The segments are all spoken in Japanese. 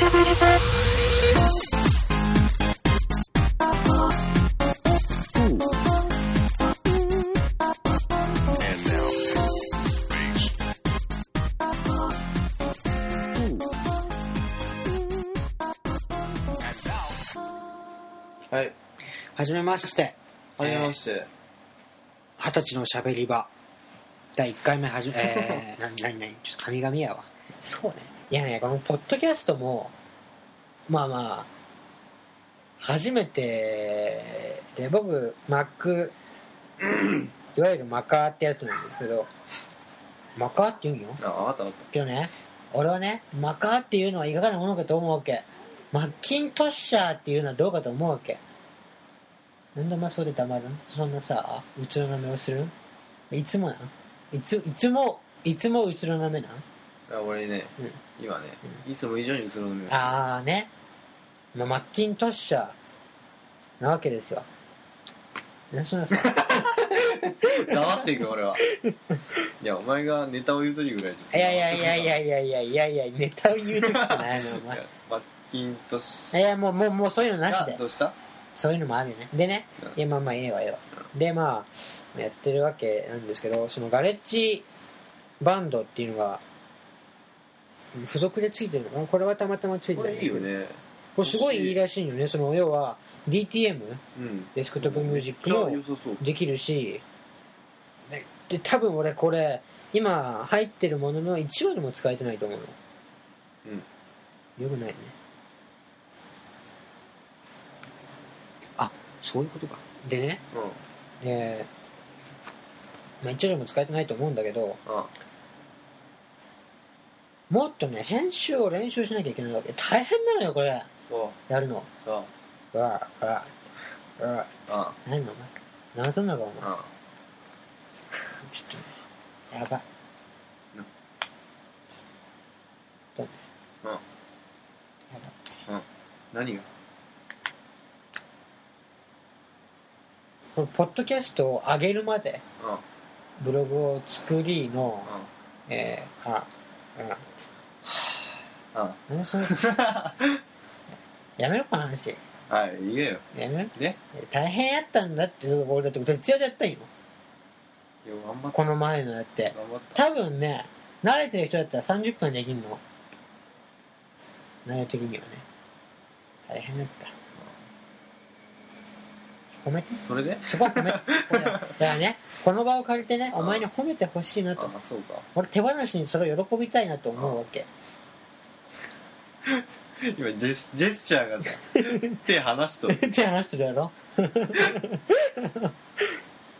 遊ぶルパ。 And now, bass. はい。はじめまして。はじめまして。二十歳のしゃべり場。第1回目はじ め、えー、なになになにちょっと神々やわ。そうね。いやね、このポッドキャストも、まあまあ、初めてで、僕、Mac、いわゆるマカーってやつなんですけど、マカーって言うんよあ、わかったわかけどね俺はねマカーっていうのはいかがなものかと思うわけマッキントッシャーっていうのはどうかと思うわけなんでお前そうで黙るんそんなさうつろな目をするんいつもなんいついつもいつもうつろな目なんった。あ俺ね、うん今ね、いつも以上にうつろな目をしてるああね、まあ、マッキントッシャーなわけですよなんでそんなさ 黙っていくよ俺はいやお前がネタを言うとりぐらいちょっいといやいやいやいやいやいやいやいやネタを言うときじゃないのおいやマッキントッシ前いやもうもうもうそういうのなしュでがどうしたそういうのもあるよね。でねうん、いやまあまあええわええわ。でまあ、やってるわけなんですけど、そのガレッジバンドっていうのが、付属でついてるのかなこれはたまたまついてこるんれでいいすけよど。ねこれすごいいいらしいよね。その要は DTM、うんデスクトップミュージックじゃあも良さそうできるし、でで多分俺これ、今入ってるものの1割も使えてないと思うの。よくないね。あ、そういうことか。でね、うんえーまあ、一応も使えてないと思うんだけどあもっとね編集を練習しなきゃいけないわけ大変なのよこれやるのああうわうわうわあ何のお前何すんのかお前あちょっとねやばいうんどうねうんやばい何がこのポッドキャストを上げるまであブログを作りのあえー、あああ何でそれ やめろこの話あはい言えよやめろで大変やったんだって俺だって徹夜でやったんよいや頑張ったこの前のだって頑張った多分ね慣れてる人だったら30分できんの内容的にはね大変だった褒めてそれでそこは褒めて俺だからねこの場を借りてねお前に褒めてほしいなとあそうか俺手放しにそれを喜びたいなと思うわけ今ジェスジェスチャーがさ手離しとるって話するやろ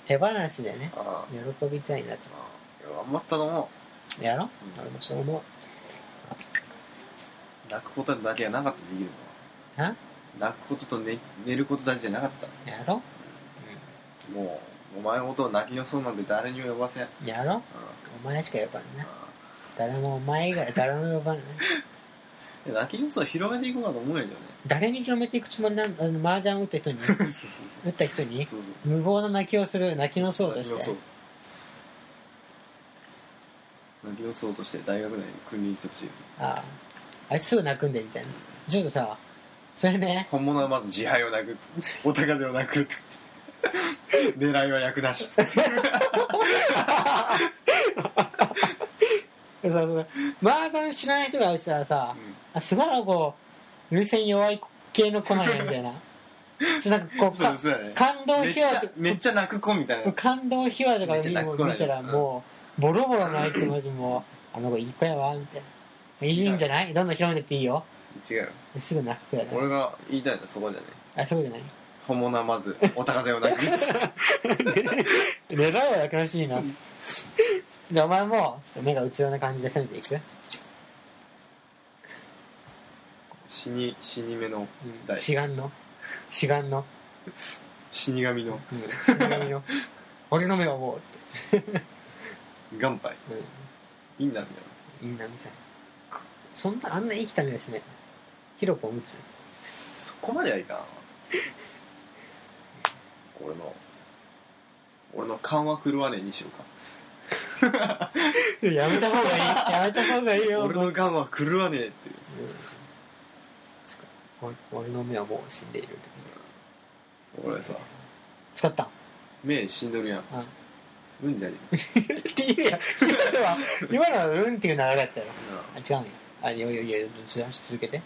手放しでねあ喜びたいなとあいや頑張ったのもやろうん俺もそう思う泣くことだけはなかったできるのはん泣くことと寝寝ることだけじゃなかったやろ、もうお前のことを泣き予想なんて誰にも呼ばせん、うんうん、やろお前しか呼ばんな誰もお前以外誰も呼ばんないうん、泣き予想を広めていこうかと思うんやけどね誰に広めていくつもりなんあの麻雀打った人に そうそうそう打った人にそう無謀な泣きをする泣きの層そうと泣きし予想て泣き予想として大学内に君臨してほしいあああいつすぐ泣くんでみたいなちょっとさそれね本物はまず自敗を泣くお高風を泣 くって言って狙いは役なしってさその麻雀知らない人がしたらさあすごいなこう涙腺弱い系の子なんやみたい なちょなんかこうそうかそうだね感動めっ秘ち話ゃとめっちゃ泣く子みたいな感動秘話とかめっちゃ泣く子見なんや見たらもうボロボロ泣いてマジもうあの子いい子やわみたいないいんじゃないどんどん広めてっていいよ違うよすぐ泣くから俺が言いたいのはそこじゃねあそうじゃない本物はまずお高風 を泣くって狙いは楽しいなでお前もちょっと目がうつろな感じで攻めていく、死に死に目のうん、大志願の志願の、死神のうん、死神の俺の目をもうって眼杯いいんだみたいうんいいなみさんそんなあんな生きた目ですねヒロポン打つなそこまではいかん俺の俺の勘は狂わねえにしようかやめた方がいいやめた方がいいよ俺の勘は狂わねえっていううん俺俺の目はもう死んでいるんだけど俺さ使った目死んどるやんうんっうんじゃねていうや今のは今のはうんっていう流れだったよえあな違うんやあいやいやいやずらし続けて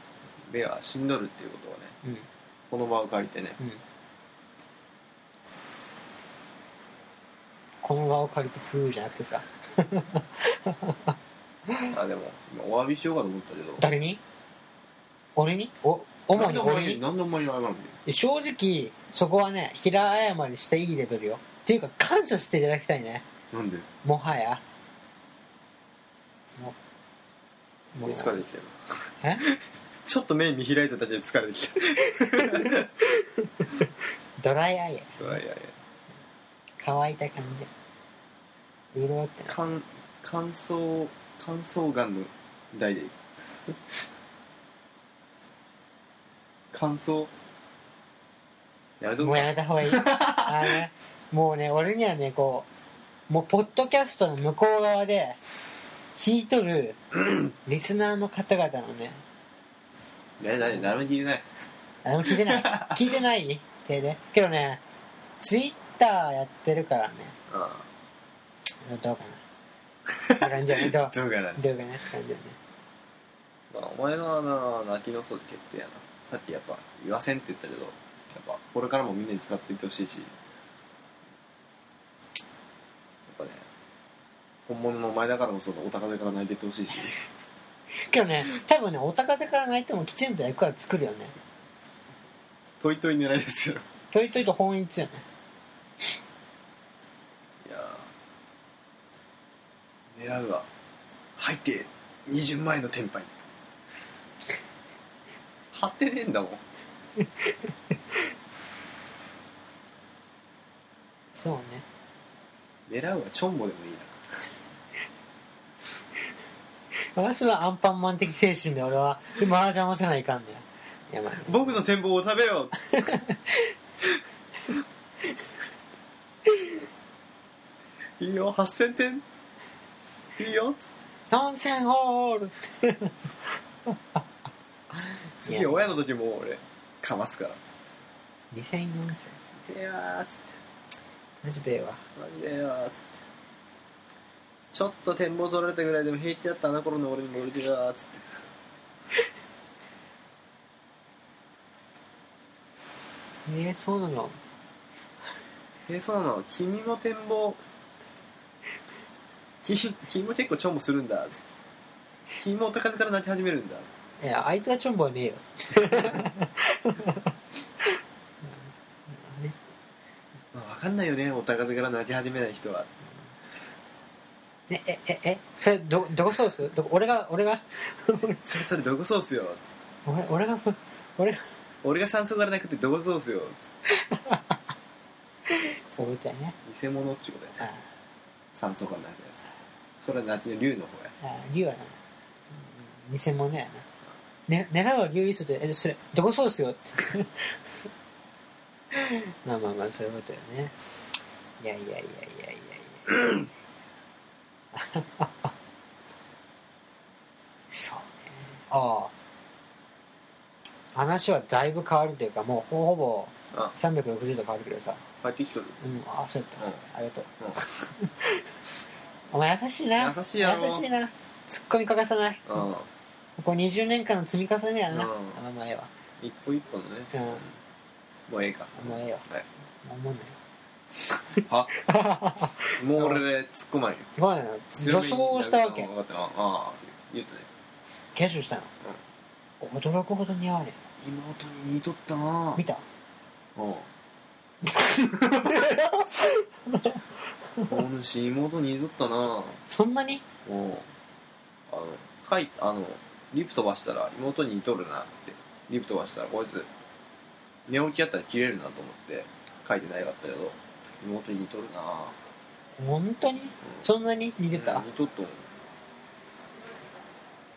目は死んどるっていうことはねうんこの場を借りてねうんこの場を借りて「ふう」じゃなくてさあでも今お詫びしようかと思ったけど誰に俺にお主に俺に何の前に謝るんだよ正直そこはね平謝りしていいレベルよっていうか感謝していただきたいねなんでもはやももうもう疲れてきたえよちょっと目見開いただけで疲れてきたドライアイやドライアイ乾いた感じうろってな乾乾燥乾燥ガンの代で 乾燥やめともくうやめた方がいいあのねもうね俺にはねこうもうポッドキャストの向こう側で引いとるリスナーの方々のねえ何誰も聞いてないあも聞いてない聞いてない手でけどねツイッターやってるからねあどうかな感じよねどうどうかどうかなっな、て感じよねまあ、お前がな泣きのそう決定やなさっきやっぱ言わせんって言ったけどやっぱこれからもみんなに使っていってほしいしやっぱね本物のお前だからこそお高でから泣いてってほしいしけどね多分ねお高手から泣いてもきちんと役は作るよねトイトイ狙いですよといといと本一よねいやー狙うは入って20前のテンパイ張ってねえんだもんそうね狙うはチョンボでもいいな私はアンパンマン的精神で俺は麻雀をせないかんねんいやまあ僕の展望を食べよう いいよ8000点いいよつって温泉ホールい次や親の時も俺かますからつっ2000円温泉て「でやー」つってマジべえわ「マジでやー」つって「ちょっと展望取られたぐらいでも平気だったあの頃の俺にも俺でやー」つってえー、そうなの「えそうなの君も展望 き君も結構チョンもするんだ」つって「君もお高ずから泣き始めるんだ」いやあいつがチョンボはねえよねまあ、わかんないよねお高ずから泣き始めない人はねえええそれどどこソースどこ俺が俺がそれそれどこそうっすよつって俺俺が俺が俺が酸素からなくてどこそうっすよつっそういうことやねて偽物っちゅうことやあ酸素からなくやつそれは夏の竜の方やああ竜はなうん偽物やな、ね、狙うは竜イーストでえそれどこそうっすよって まあまあまあそういうことよねいやいやいやいやいやいや そうねああ話はだいぶ変わるというかもうほほぼあ360度変わるけどさ帰ってきとるうんあそうやった、うんありがとううん お前優しいな優しいやろ優しいなツッコミ欠かさないうんここ20年間の積み重ねやな、うんあまあまあええわ一歩一歩のねうんもうええかもうええわはいもう思んないあもう俺で突っ込まんよごめんな女装をしたわけ分かったああ言うとね化粧したの、驚くほど似合わね妹に似とったなえ見たうんお主妹に似とったなそんなにうんあのかいあのリプ飛ばしたら妹に似とるなってリプ飛ばしたらこいつ寝起きやったら切れるなと思って書いてないかったけど妹に似とるな、本当にそんなに似似てた、似とっとん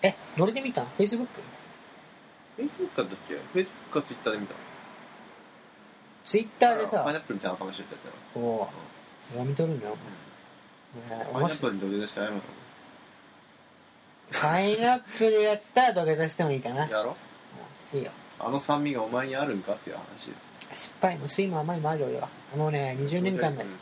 えどれで見たのフェイスブックフェイスブックだったっけフェイスブックかツイッターで見たツイッターでパイさナップルみたいな顔してたやつやおお読み取るんだよろパイナップルに土下座したらやろパイナップルやったら土下座してもいいかなやろうんいいよあの酸味がお前にあるんかっていう話酸っぱいも酸いも甘いもあるよ俺はもうね20年間だうん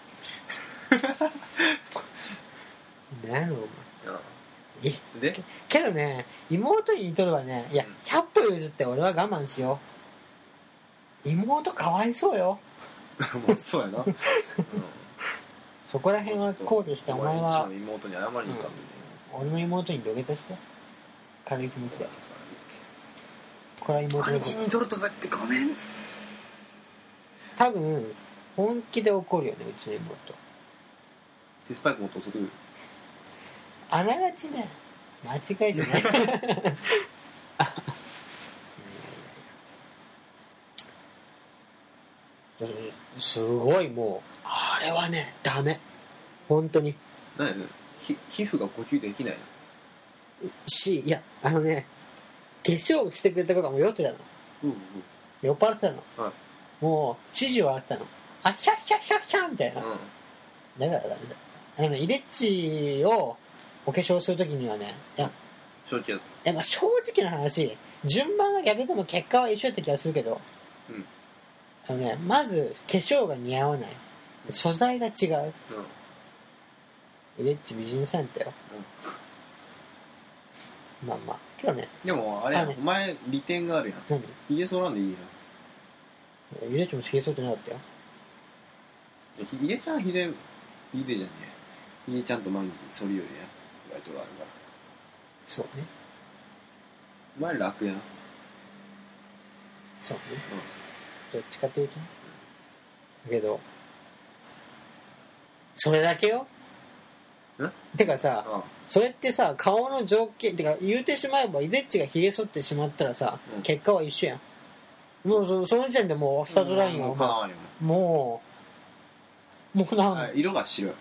何やろお前いう んでけどね妹に似とるはねいやうん100歩譲って俺は我慢しよう妹かわいそうよもうそうやな、うん、そこら辺は考慮してお前はの妹に謝りに行かんでね、俺の妹に土下座して軽い気持ちでこれは妹の兄こ貴とに取るとかってごめんっつって多分本気で怒るよねうちの妹テスパイクも襲ってくるあながちね間違いじゃないいやいやいやうんすごいもうあれはねダメ本当に何やねんひ皮膚が呼吸できないしいやあのね化粧してくれたことも酔ってたののうん酔っ払ってたの、はもう指示をあってたのあヒャッヒャッヒャッヒャッみたいな、うんうんだからダメだあのねイレッチをお化粧するときにはねいや承知やったえまあ、正直な話順番が逆でも結果は一緒やった気がするけど、うんあのね、まず化粧が似合わない素材が違ううんエレッチ美人さんだよ、まあまあ今日ねでもあれやんあのお前利点があるやん何ヒゲ剃らんでいいやんエレッチもひげ剃ってなかったよいやひヒゲちゃんヒゲヒゲじゃねえヒゲちゃんと毎日剃るよりや意外とあるからそうねお前楽やんそうね、どっちかというとねだけどそれだけよてかさ、あそれってさ顔の条件てか言うてしまえばイデッチがひげ剃ってしまったらさ、うん結果は一緒やんもうそその時点でもうスタートラインはももううかなもわんようなんあ色が白い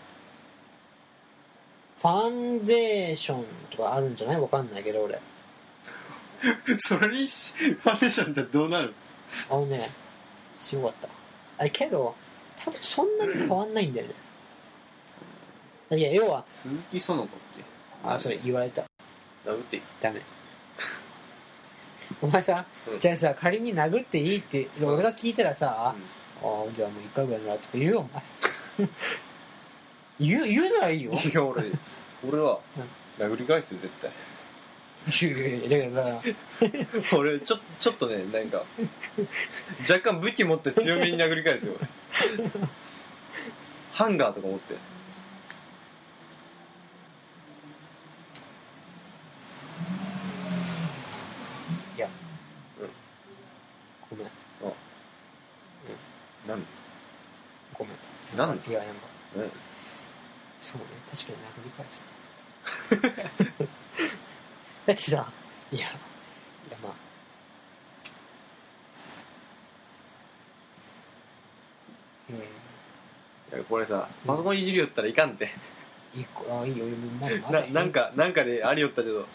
ファンデーションとかあるんじゃないわかんないけど俺 それにしファンデーションってどうなるあのねすごかったあれけど多分そんなに変わんないんだよねいや要は鈴木園子ってあそれ言われた殴っていいダメお前さ、うんじゃあさ仮に殴っていいってん俺が聞いたらさ、うんああじゃあもう一回ぐらいならとか言うよお前 言う言うならいいよいや俺俺は殴り返すよ絶対いやいやいやだから 俺ちょちょっとねなんか若干武器持って強めに殴り返すよ俺 ハンガーとか持っていやごめんなんごめんなんでいやなんかうんそうね確かに殴り返す だってさいやいやまあうんいやこれさパソコンいじりよったらいかんっていいこあいいよまだまだななんかなんかでありよったけ ど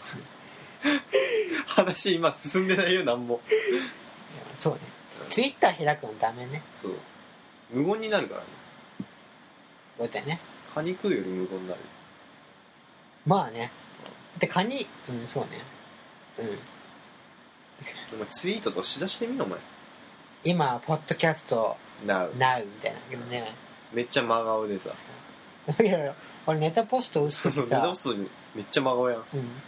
話今進んでないよなんもそうねツイッター開くのダメねそう無言になるからねこうやってね果肉より無言になるまあねでカニうんそうねうんお前ツイートとかしだしてみろお前今ポッドキャストな NOW みたいなけどね めっちゃ真顔でさだけど俺ネタポストそ薄うそくうてネタさオスにめっちゃ真顔やんうん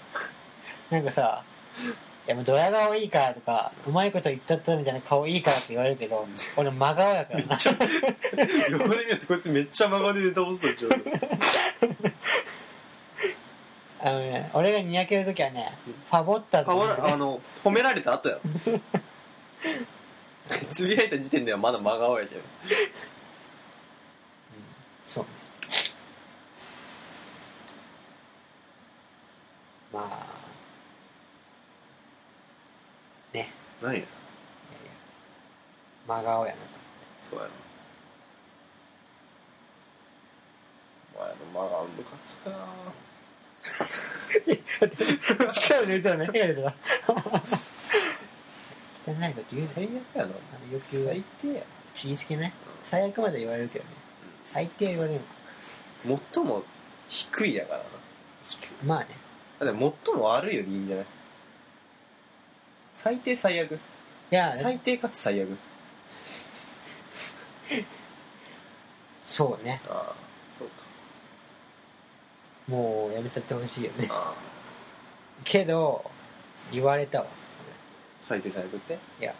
なんかさ「いやもうドヤ顔いいから」とか「うまいこと言ったった」みたいな顔いいからって言われるけど俺真顔やからな横で見るとこいつめっちゃ真顔でネタボスとちゃう あのね俺がにやける時はねファボったパとワ思っーてラ あの褒められた後やろ つぶやいた時点ではまだ真顔やけどそうねまあね何や真顔やなそうやなお前の真顔ムカつくな力抜いたら何が出た汚いこと言うな最悪あやなのよく言われ低や気ぃつけね最悪まで言われるけどね最低は言われる最も低いやからなまあねだって最も悪いよりいいんじゃない最低最悪や最低かつ最悪そうねああそうかもうやめちゃってほしいよねああけど言われたわ最低最悪っていや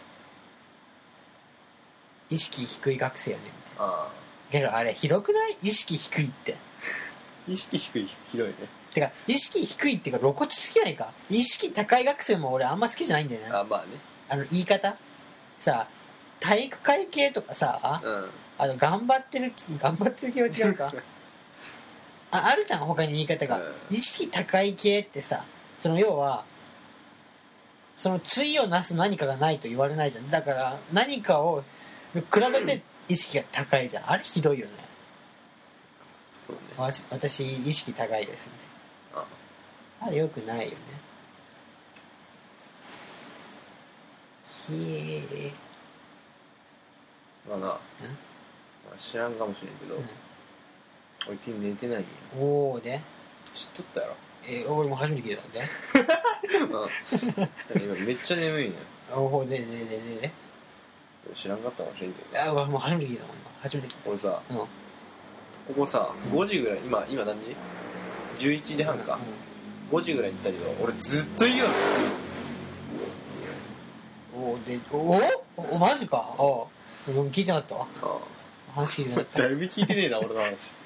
意識低い学生よねみたいなああけどあれひどくない意識低いって意識低いひどいねてか意識低いっていうか露骨好きやねんか意識高い学生も俺あんま好きじゃないんだよねああまあねあの言い方さ体育会系とかさうんあの頑張ってる頑張ってる系は違う かああるじゃん他に言い方が、うん意識高い系ってさその要はその対をなす何かがないと言われないじゃんだから何かを比べて意識が高いじゃんあれひどいよねそうねわし私意識高いですみたいあなあれよくないよねひえまあな、まあ、知らんかもしれんけど、うん俺昨日寝てないんやおおで知っとったや ろえー俺も初めて聞いたんでうんだから今めっちゃ眠いんやおおででででで俺知らんかったかもしれんけどあ俺もう初めて聞いたもん今初めて聞い俺さたうんここさ5時ぐらい今今何時 ?11 時半か5時ぐらいに来たけど俺ずっといいようんおおでおおおマジかおう俺も聞いてなかったわあ話聞いてなかっだいぶ聞いてねえな俺の話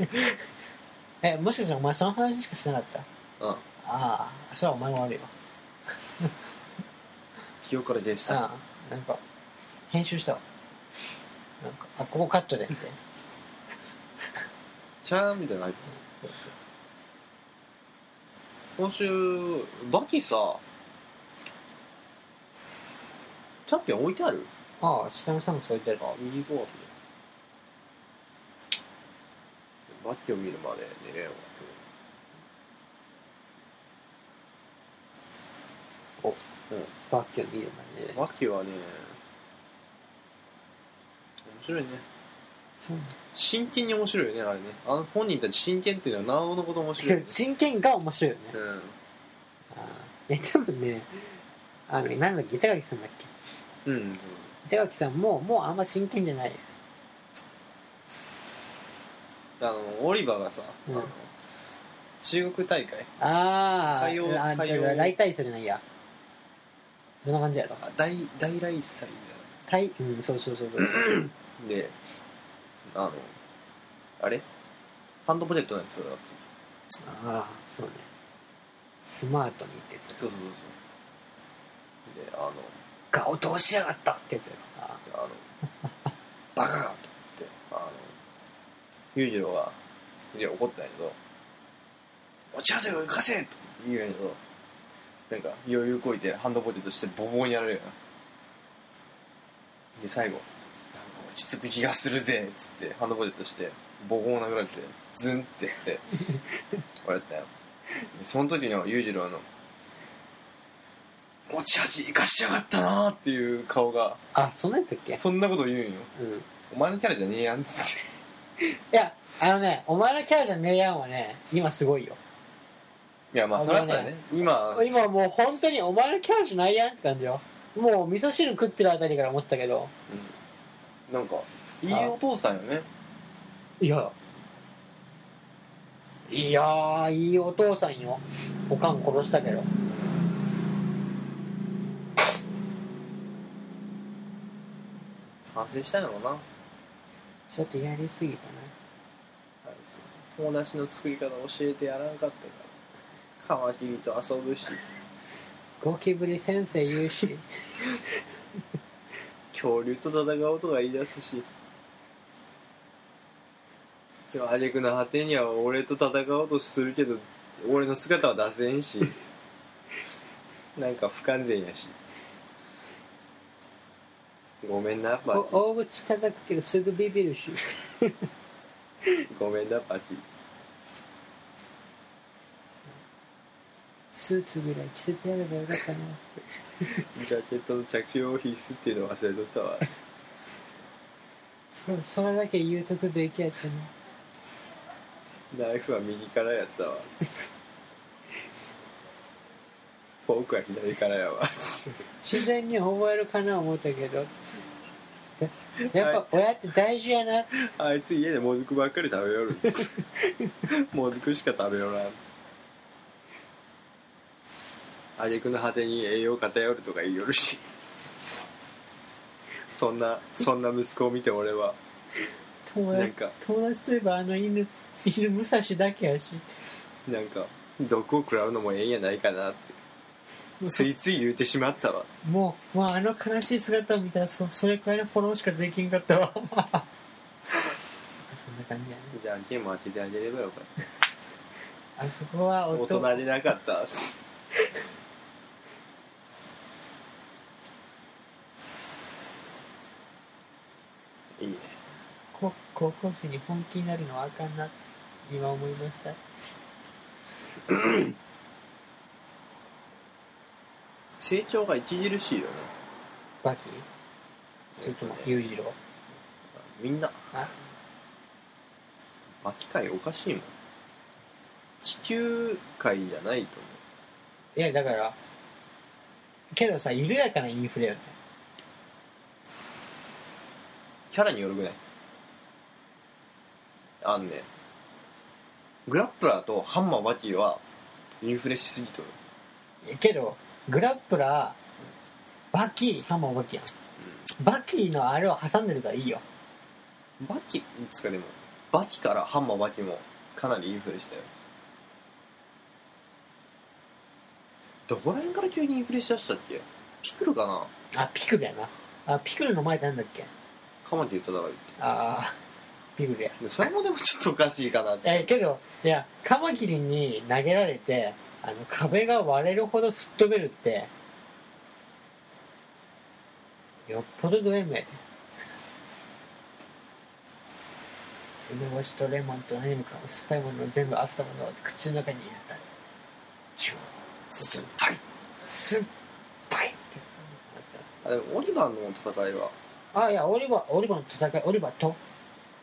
たえもしかしたらお前その話しかしてなかったうんああそれはお前が悪いわ記憶から消したああなんか編集したわなんかあここカットでみたいなチャーンみたいなの入って今週バキさチャンピオン置いてあるああ下のサンクス置いてあるあ右行こうバキを見るまで寝れんわお今日うんバッキを見るまでねバキはね面白いねそう真剣に面白いよねあれねあの本人たち真剣っていうのはなおのこと面白いよね 真剣が面白いよねうんああね多分ねあのなんだっけ板垣さんだっけうんそう板垣さんももうあんま真剣じゃないよあのオリバーがさ、うんあの中国大会ああ海洋あ海洋来大祭じゃないやそんな感じやろあ大大来祭み大うんそうそう そうそうたいなであのあれハンドポテトのやつだったああそうねスマートにってやつそうそうそうそうであの顔通しやがったってやつやろああの バカだと思ってあの裕次郎がすげえ怒ったんやけど「落ち汗を浮かせ!」と言うんやけどなんか余裕こいてハンドポテトしてボコボコにやられるよなで最後「なんか落ち着く気がするぜ」っつってハンドポテトしてボコボコ殴られてズンってやってこうやったよでその時の裕次郎の「落ち味生かしやがったな」っていう顔がああそんなんやったっけそんなこと言うんようんいお前のキャラじゃねえやんっつってやあのねお前のキャラじゃねえやんはね今すごいよいやまああそりゃそうだね今今もう本当にお前のキャラじゃないやんって感じよもう味噌汁食ってるあたりから思ったけどうんなんかいいお父さんよねいやいやーいいお父さんよおかん殺したけど反省したいのかなちょっとやりすぎたな友達の作り方教えてやらんかったからカマキリと遊ぶしゴキブリ先生言う し恐竜と戦うとか言い出すしでも挙句の果てには俺と戦おうとするけど俺の姿は出せん しなんか不完全やしごめんなバおキ大口叩くけどすぐビビるしごめんなバキスーツぐらい着せてやればよかったなジャケットの着用必須っていうの忘れとったわそそれだけ言うとくべきやつねナイフは右からやったわフォークは左からやわ。自然に覚えるかな思ったけ どやっぱ親って大事やな、あいつ家でもずくばっかり食べよるっつって。もずくしか食べよらんっつって。挙句の果てに栄養偏るとか言いよるし。そんな、そんな息子を見て俺は、友達なんか友達といえばあの犬犬武蔵だけやしなんか、毒を食らうのもええんやないかなって。ついつい言うてしまったわ。もうもうあの悲しい姿を見たらそそれくらいのフォローしかできんかったわ そんな感じやねじゃあ、ゲーム当ててあげればよかった。あそこは大音人でなかった。いいね。こ高校生に本気になるのはあかんなって今思いました成長が著しいよね。バキそれとも裕次郎みんな、あ巻き界おかしいもん。地球界じゃないと思いやだからけどさ緩やかなインフレよねう。キャラによるぐらい。あんね。グラップラーとハンマーバキは、インフレしすぎとる。けどグラップラーバキハンマーバキやんバキのあれを挟んでるからいいよバキ、つかでも、バキからハンマーバキもかなりインフレしたよ。どこら辺から急にインフレしだしたっけピクルかなあピクルやなあピクルの前ってなんだっけカマキリとだから言ってああピクルやでもそれもでもちょっとおかしいかなって。えけどいやカマキリに投げられてあの壁が割れるほど吹っ飛べるってよっぽどド M やで梅干しとレモンと何もかも酸っぱいものを全部合わせたものを口の中に入れたチュー酸っぱい酸っぱいってあでもオリバーの戦いはあいやオリバーオリバーの戦いオリバーと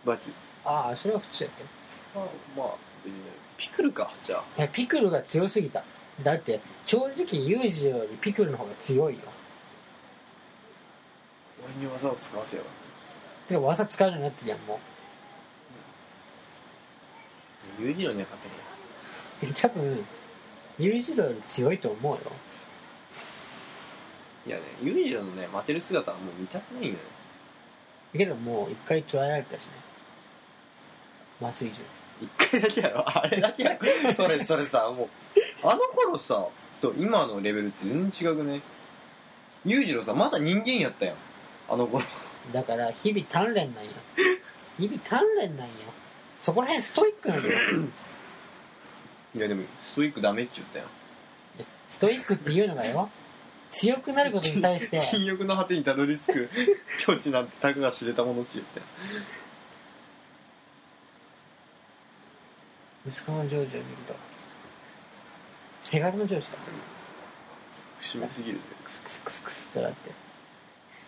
バキああそれは普通やったよまあまあ別にねピクルかじゃあいやピクルが強すぎただって正直ユージよりピクルの方が強いよ俺に技を使わせやがっててか技使うようになってるやんもユージロには勝てねう いや多分ユージより強いと思うよえいやねユージロのね負ける姿はもう見たくないよねけどもう一回捉えられたしね麻酔銃一回だけやろあれだけやろそれそれさもうあの頃さと今のレベルって全然違くねユージロさまだ人間やったやんあの頃だから日々鍛錬なんよ日々鍛錬なんよそこら辺ストイックなんよいやでもストイックダメっちゅったやんストイックっていうのがよ強くなることに対して禁欲の果てにたどり着く 境地なんてたかが知れたものっちゅって息子のジョージを見ると手軽のジョージか節目すぎるでクスクスクスクスってなって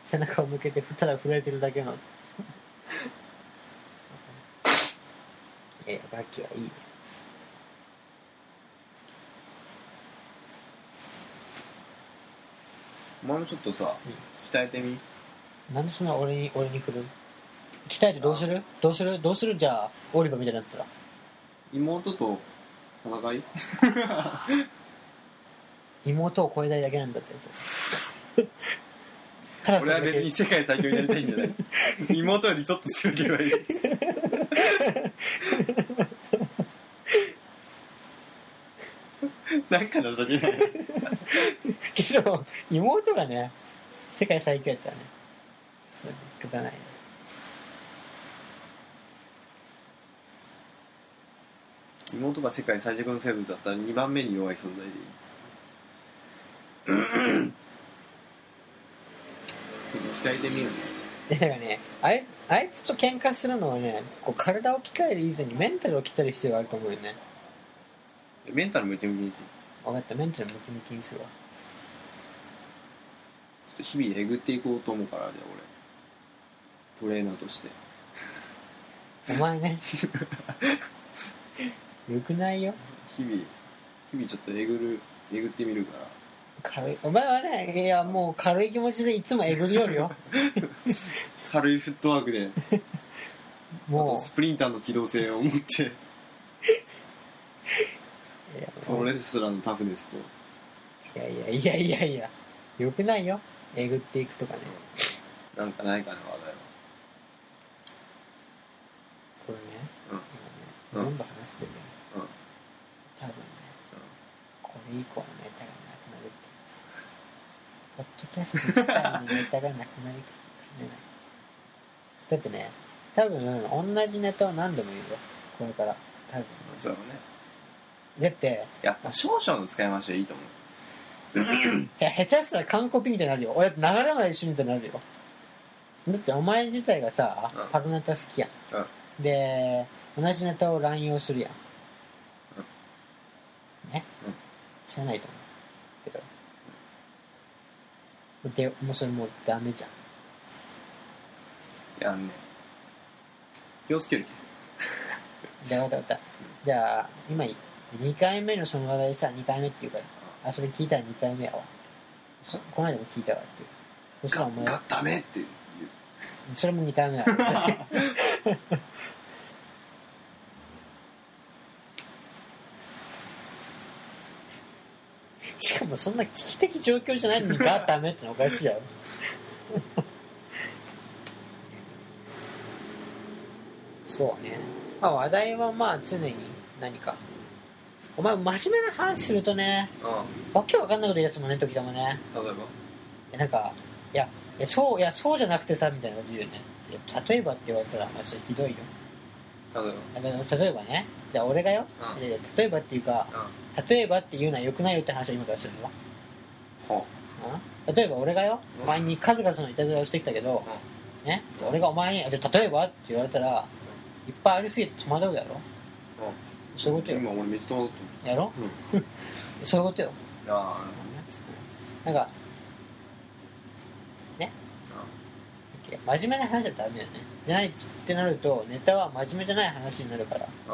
背中を向けてただ震えてるだけのいやいやバッキーはいいねお前もちょっとさうん鍛えてみなんでそんな俺に俺に振る鍛えてどうするどうするどうするじゃあオリバーみたいになったら妹と戦い妹を超えたいだけなんだって さただそ 俺れはだけ別に世界最強になりたいんじゃない 妹よりちょっと強ければい いなんか情けないけど妹がね世界最強やったらねそう仕方ないね妹が世界最弱の生物だったら2番目に弱い存在でいいっつって鍛えてみようね でだからねあいあいつと喧嘩するのはねこう体を鍛える以前にメンタルを鍛える必要があると思うよねメンタルムキムキにし分かったメンタルムキムキにするわちょっと日々えぐっていこうと思うからじゃあ俺トレーナーとしてお前ね よくないよ日々日々ちょっとえぐるえぐってみるから軽いお前はねいやもう軽い気持ちでいつもえぐりよるよ軽いフットワークであともスプリンターの機動性を持ってういやプロレスラーのタフネスといやいやいやいやいやよくないよえぐっていくとかねなんかないかな話題はこれね、うん今ねうん全部話してね、うん多分ね、これ以降のネタがなくなるって言うんですよポッドキャスト自体にネタがなくなるからねだってね多分同じネタを何度も言うよこれから多分そうねだっていや少々の使い回しはいいと思ういや下手したら完コピみたいになるよ俺流れない一緒みたいになるよだってお前自体がさ、うんパロネタ好きやん、で同じネタを乱用するやん、ね、うん知らないと思うけどでもうそれもうダメじゃんいやあのね気をつけるじゃあ分かった分かったじゃあ今2回目のその話題さ2回目っていうからあそれ聞いたら2回目やわそこの間も聞いたわっていうそしたらおが前がダメっていうそれも2回目だ よしかもそんな危機的状況じゃないのにがダメってのおかしいやろそうねまあ話題はまあ常に何かお前真面目な話するとねうわけわかんないこと言い出すもんね時たまねん例えばえなんかいやいやそういやそうじゃなくてさみたいなこと言うよねいや例えばって言われたらまあそれひどいよ例えあだから例えばねじゃあ俺がよ、うんいやいや例えばっていうかばうん例えばって言うのはよくないよって話を今からするの、ほうん、例えば俺がようんお前に数々のいたずらをしてきたけど、ね、じゃあ俺がお前にあ「じゃあ例えば?」って言われたらいっぱいありすぎて戸惑うやろううんそういうことよ今俺めっちゃ戸惑っやろたうん そういうことよあなんかねいや真面目な話はダメだねじゃないってなるとネタは真面目じゃない話になるからあ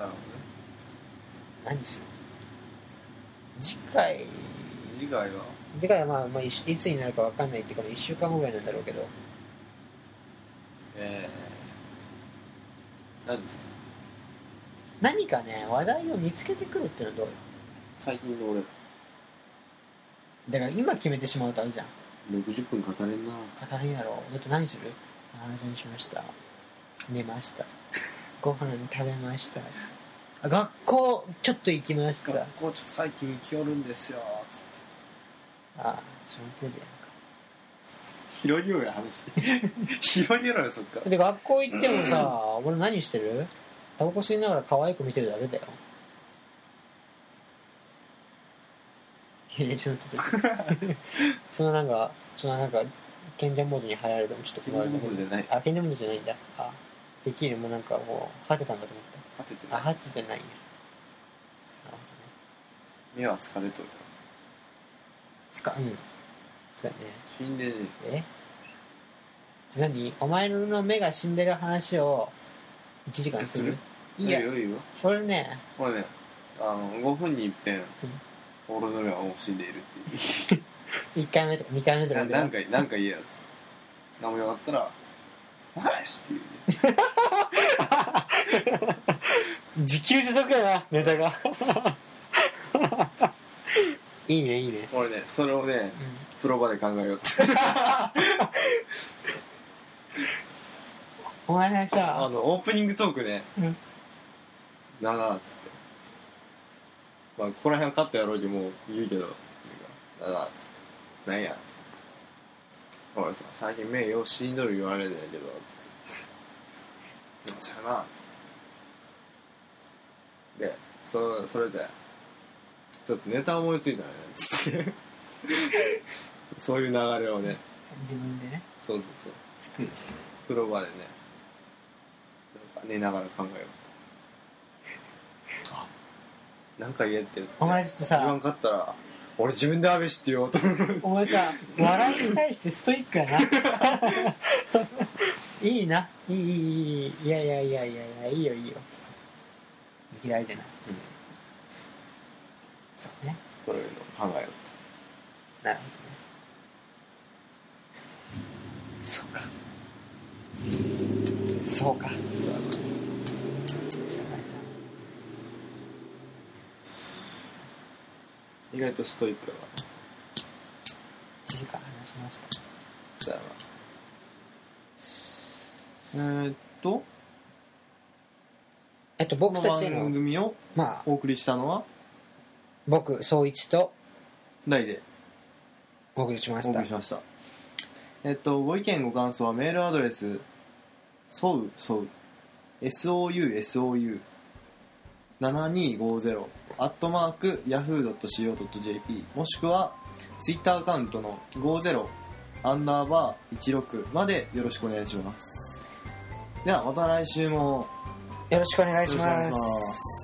うんなるほどね何しよう次回次回は次回はまあ、まあ、いしいつになるか分かんないっていうか1週間後ぐらいなんだろうけどえー、何ですか何かね話題を見つけてくるっていうのはどうよ最近の俺だから今決めてしまうとあるじゃん60分語れんな語るんやろだって何するあ安全しました寝ました ご飯食べましたあ学校ちょっと行きまし学た校ちょっと最近行きよるんですよつっあその程度やんかて広げろよ 話広げろよそっかで学校行ってもさ俺何してるタバコ吸いながら可愛く見てるだけだよいやちょっと待 ってそのなんかそのなんか賢者モードに入られてもちょっと気困る分んだのけこどとじゃないあ賢者モードじゃないんだあできるもうなんかもう果てたんだと思っ勝ててたあない果ててないんやなるほどね目は疲れとるつかうんそうやね死んでねえ何お前の目が死んでる話を1時間するえいやいいよいいよ俺ねこれねあの5分に一遍俺の目はもう死んでいるっていう1回目とか2回目とかなでなんかなんか言えよっつって名前終わったら「お話し!」っていうね自給自足やなネタが いいねいいね、俺ねそれをね風呂場で考えようってお前あさのオープニングトークねうん「なあなあ」っつってまあここら辺はカットやろうにもう言うけど「なんかなあなあ」っつって「なんや」っつって「俺さ最近目よう死んどる言われるんだけど」っつって「でもそれな」っつってでそそれで「ちょっとネタ思いついたね」っつってそういう流れをね自分でねそうそうそう作る風呂場でねなんか寝ながら考えようなんか言えって言ってお前ちょっとさ言わんかったら俺自分で安倍しって言おうと思うお前さ笑いに対してストイックやな いいないいいいいいいいやいやいやいやいやいいよいいよ嫌いじゃないそうねそれの考えをなるほどねそうかそうかそうだなそうだよ意外とストイックだな1時間話しましたそうだなえー、っとえっとこ僕のたちへ番の組をまあお送りしたのは僕総一と大でお送りしまおし送たりしましたえっとご意見ご感想はメールアドレスそう SOUSOU7250 アットマーク yahoo.co.jp もしくはツイッターアカウントの50アンダーバー16までよろしくお願いしますではまた来週もよろしくお願いしよろしくお願いまします